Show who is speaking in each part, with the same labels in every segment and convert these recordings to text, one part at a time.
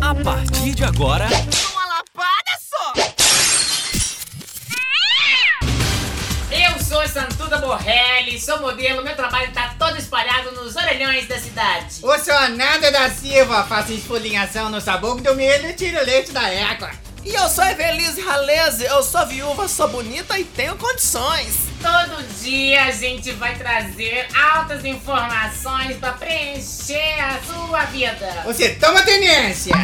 Speaker 1: A partir de agora,
Speaker 2: Uma lapada só!
Speaker 3: Eu sou Santuda Borrelli, sou modelo, meu trabalho tá todo espalhado nos orelhões da cidade.
Speaker 2: O seu Nanda da Silva faz esfolinhação no sabor do milho e tira o leite da égua.
Speaker 4: E eu sou Evelise Raleze, eu sou viúva, sou bonita e tenho condições.
Speaker 3: Todo dia a gente vai trazer altas informações pra preencher a sua vida.
Speaker 2: Você toma tenência!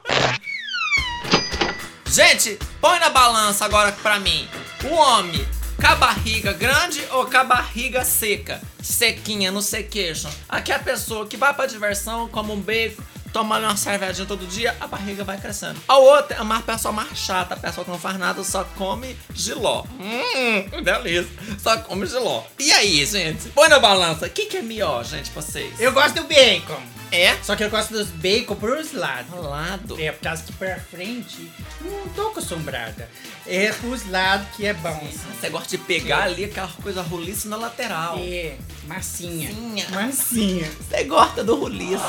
Speaker 4: Gente, põe na balança agora pra mim. O homem, com a barriga grande ou com a barriga seca? Sequinha, no sequeixo. Aqui é a pessoa que vai pra diversão, come um bacon, toma uma cervejinha todo dia, a barriga vai crescendo. A outra é uma pessoa mais chata, a pessoa que não faz nada, só come giló. Hum, que delícia. Só come giló. E aí, gente? Põe na balança. O que, que é melhor, gente, vocês?
Speaker 2: Eu gosto do bacon,
Speaker 4: É?
Speaker 2: só que eu gosto dos bacon pros lados.
Speaker 4: Lado.
Speaker 2: É, por causa que pra frente não tô assombrada. É pros lados que é bom. assim.
Speaker 4: Você gosta de pegar ali aquela coisa roliça na lateral.
Speaker 2: É, massinha.
Speaker 4: Massinha.
Speaker 2: Massinha.
Speaker 4: Você gosta do roliço.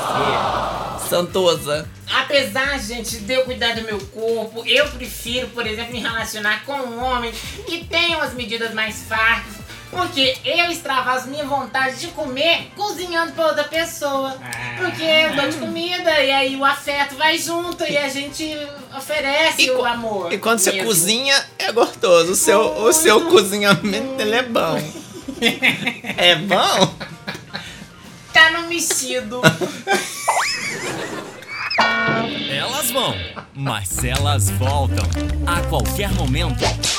Speaker 4: Santosa.
Speaker 3: Apesar, gente, de eu cuidar do meu corpo, eu prefiro, por exemplo, me relacionar com um homem que tem umas medidas mais fartas, porque eu extravaso minha vontade de comer cozinhando pra outra pessoa.
Speaker 2: Ah.
Speaker 3: Porque eu dou de comida e aí o afeto vai junto e a gente oferece
Speaker 4: E
Speaker 3: o
Speaker 4: co-
Speaker 3: amor.
Speaker 4: E quando você
Speaker 3: mesmo.
Speaker 4: cozinha, é gostoso. O seu, o seu cozinhamento, ele é bom. é bom?
Speaker 3: Tá no mexido.
Speaker 1: elas vão, mas elas voltam a qualquer momento.